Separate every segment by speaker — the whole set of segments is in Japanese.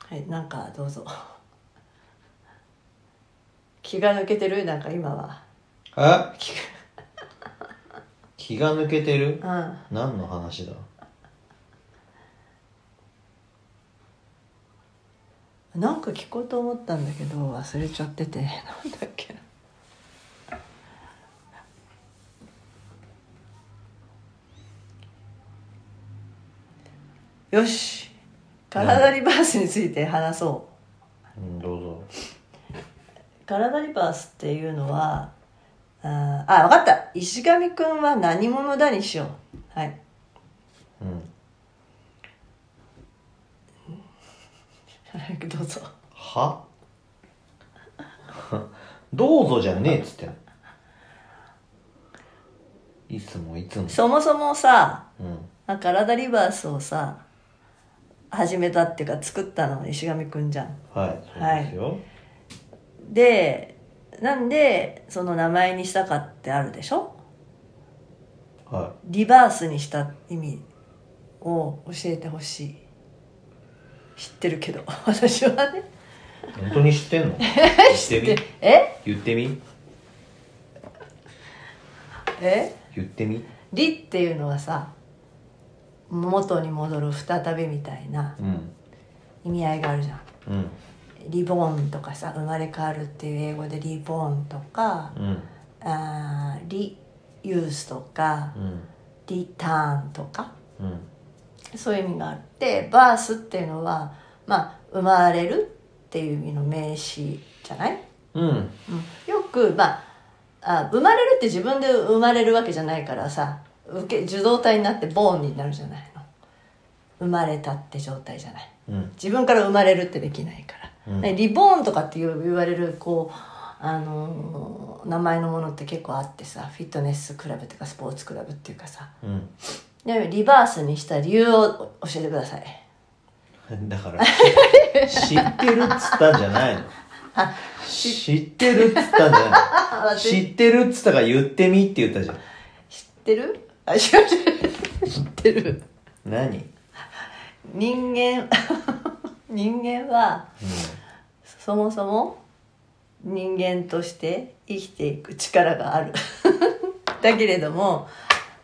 Speaker 1: はいなんかどうぞ気が抜けてるなんか今は
Speaker 2: え
Speaker 1: 気
Speaker 2: 気が抜けてる
Speaker 1: がうん
Speaker 2: 何の話だ
Speaker 1: なんか聞こうと思ったんだけど忘れちゃっててなんだっけなよし体リバースについて話そ
Speaker 2: うんどうぞ
Speaker 1: う体リバースっていうのはあーあ分かった石上くんは何者だにしようはい
Speaker 2: うん
Speaker 1: 早くどうぞ
Speaker 2: は どうぞじゃねえっつってんのいつもいつも
Speaker 1: そもそもさ
Speaker 2: うん
Speaker 1: まあ体リバースをさ始めたっていうか作ったのは石上くんじゃん
Speaker 2: はいそうですよ、
Speaker 1: でなんでその名前にしたかってあるでしょ
Speaker 2: はい
Speaker 1: リバースにした意味を教えてほしい知ってるけど 私はね
Speaker 2: 本当に知ってんの 知ってみ
Speaker 1: でえ
Speaker 2: 言ってみ
Speaker 1: え
Speaker 2: 言ってみ
Speaker 1: リっていうのはさ元に戻る再びみたいな
Speaker 2: うん
Speaker 1: 意味合いがあるじゃん
Speaker 2: うん
Speaker 1: リボーンとかさ生まれ変わるっていう英語でリボーンとか
Speaker 2: うん
Speaker 1: あーリユースとか
Speaker 2: うん
Speaker 1: リターンとか
Speaker 2: うん
Speaker 1: そういう意味があってバースっていうのはまあ生まれるっていう意味の名詞じゃない、
Speaker 2: うん
Speaker 1: うん、よくまああ生まれるって自分で生まれるわけじゃないからさ受け受動体になってボーンになるじゃないの生まれたって状態じゃない
Speaker 2: うん
Speaker 1: 自分から生まれるってできないから、
Speaker 2: うん
Speaker 1: ねリボーンとかっていう言われるこうあのー名前のものって結構あってさフィットネスクラブとかスポーツクラブっていうかさ
Speaker 2: う
Speaker 1: でリバースにした理由を教えてください
Speaker 2: ん だから知ってるっつったんじゃないの知ってるっつったんじゃないの 知ってるっつったから言ってみって言ったじゃん
Speaker 1: 知ってるあ知らない知ってる
Speaker 2: 何うん
Speaker 1: 人間 人間はそもそも人間として生きていく力がある だけれども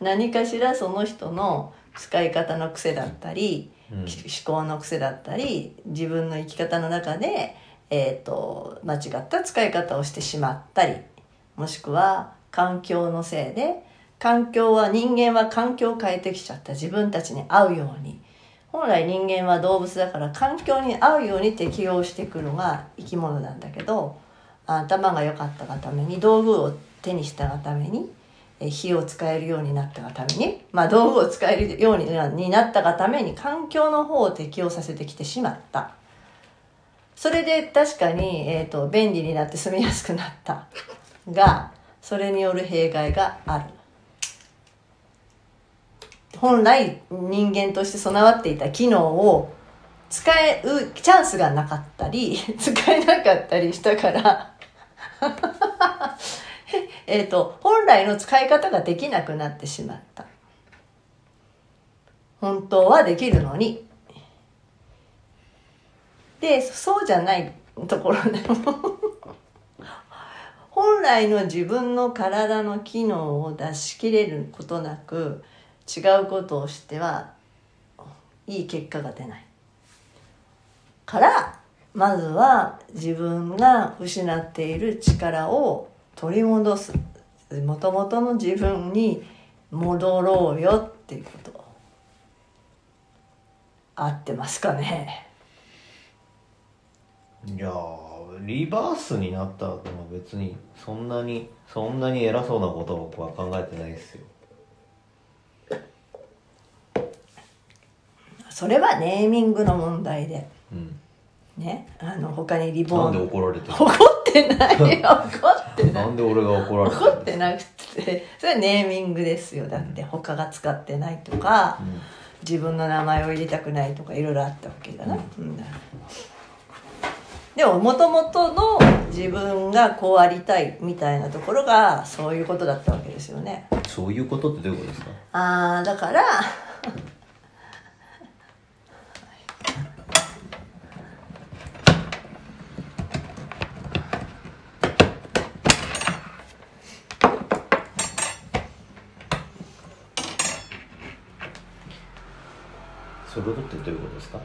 Speaker 1: 何かしらその人の使い方の癖だったり、
Speaker 2: うん
Speaker 1: き思考の癖だったり自分の生き方の中で、えー、と間違った使い方をしてしまったりもしくは環境のせいで環境は人間は環境を変えてきちゃった自分たちに合うように本来人間は動物だから環境に合うように適応していくのが生き物なんだけど頭が良かったがために道具を手にしたがためにえー火を使えるようになったがために、まあ、道具を使えるようになになったがために環境の方を適応させてきてしまったそれで確かに、えー、と便利になって住みやすくなったがそれによる弊害がある本来人間として備わっていた機能を使えうチャンスがなかったり 使えなかったりしたから えー、と本来の使い方ができなくなってしまった本当はできるのにでそうじゃないところでも 本来の自分の体の機能を出し切れることなく違うことをしてはいい結果が出ないからまずは自分が失っている力を取り戻すもともとの自分に戻ろうよっていうこと合ってますかね
Speaker 2: いやーリバースになった後も別にそんなにそんなに偉そうなことを僕は考えてないですよ
Speaker 1: それはネーミングの問題で
Speaker 2: うん
Speaker 1: ねあの他にリボ
Speaker 2: なんで
Speaker 1: ン
Speaker 2: 怒られてる
Speaker 1: 怒ってないよ怒ってない
Speaker 2: なんで俺が怒られて
Speaker 1: 怒
Speaker 2: る
Speaker 1: ってなくてそれはネーミングですよだって他が使ってないとか、
Speaker 2: ん
Speaker 1: 自分の名前を入れたくないとかいろいろあったわけじゃない、うんでももともとの自分がこうありたいみたいなところがそういうことだったわけですよね
Speaker 2: そういうことってどういうこと ですか
Speaker 1: あーだから
Speaker 2: そういうことってどういうことですか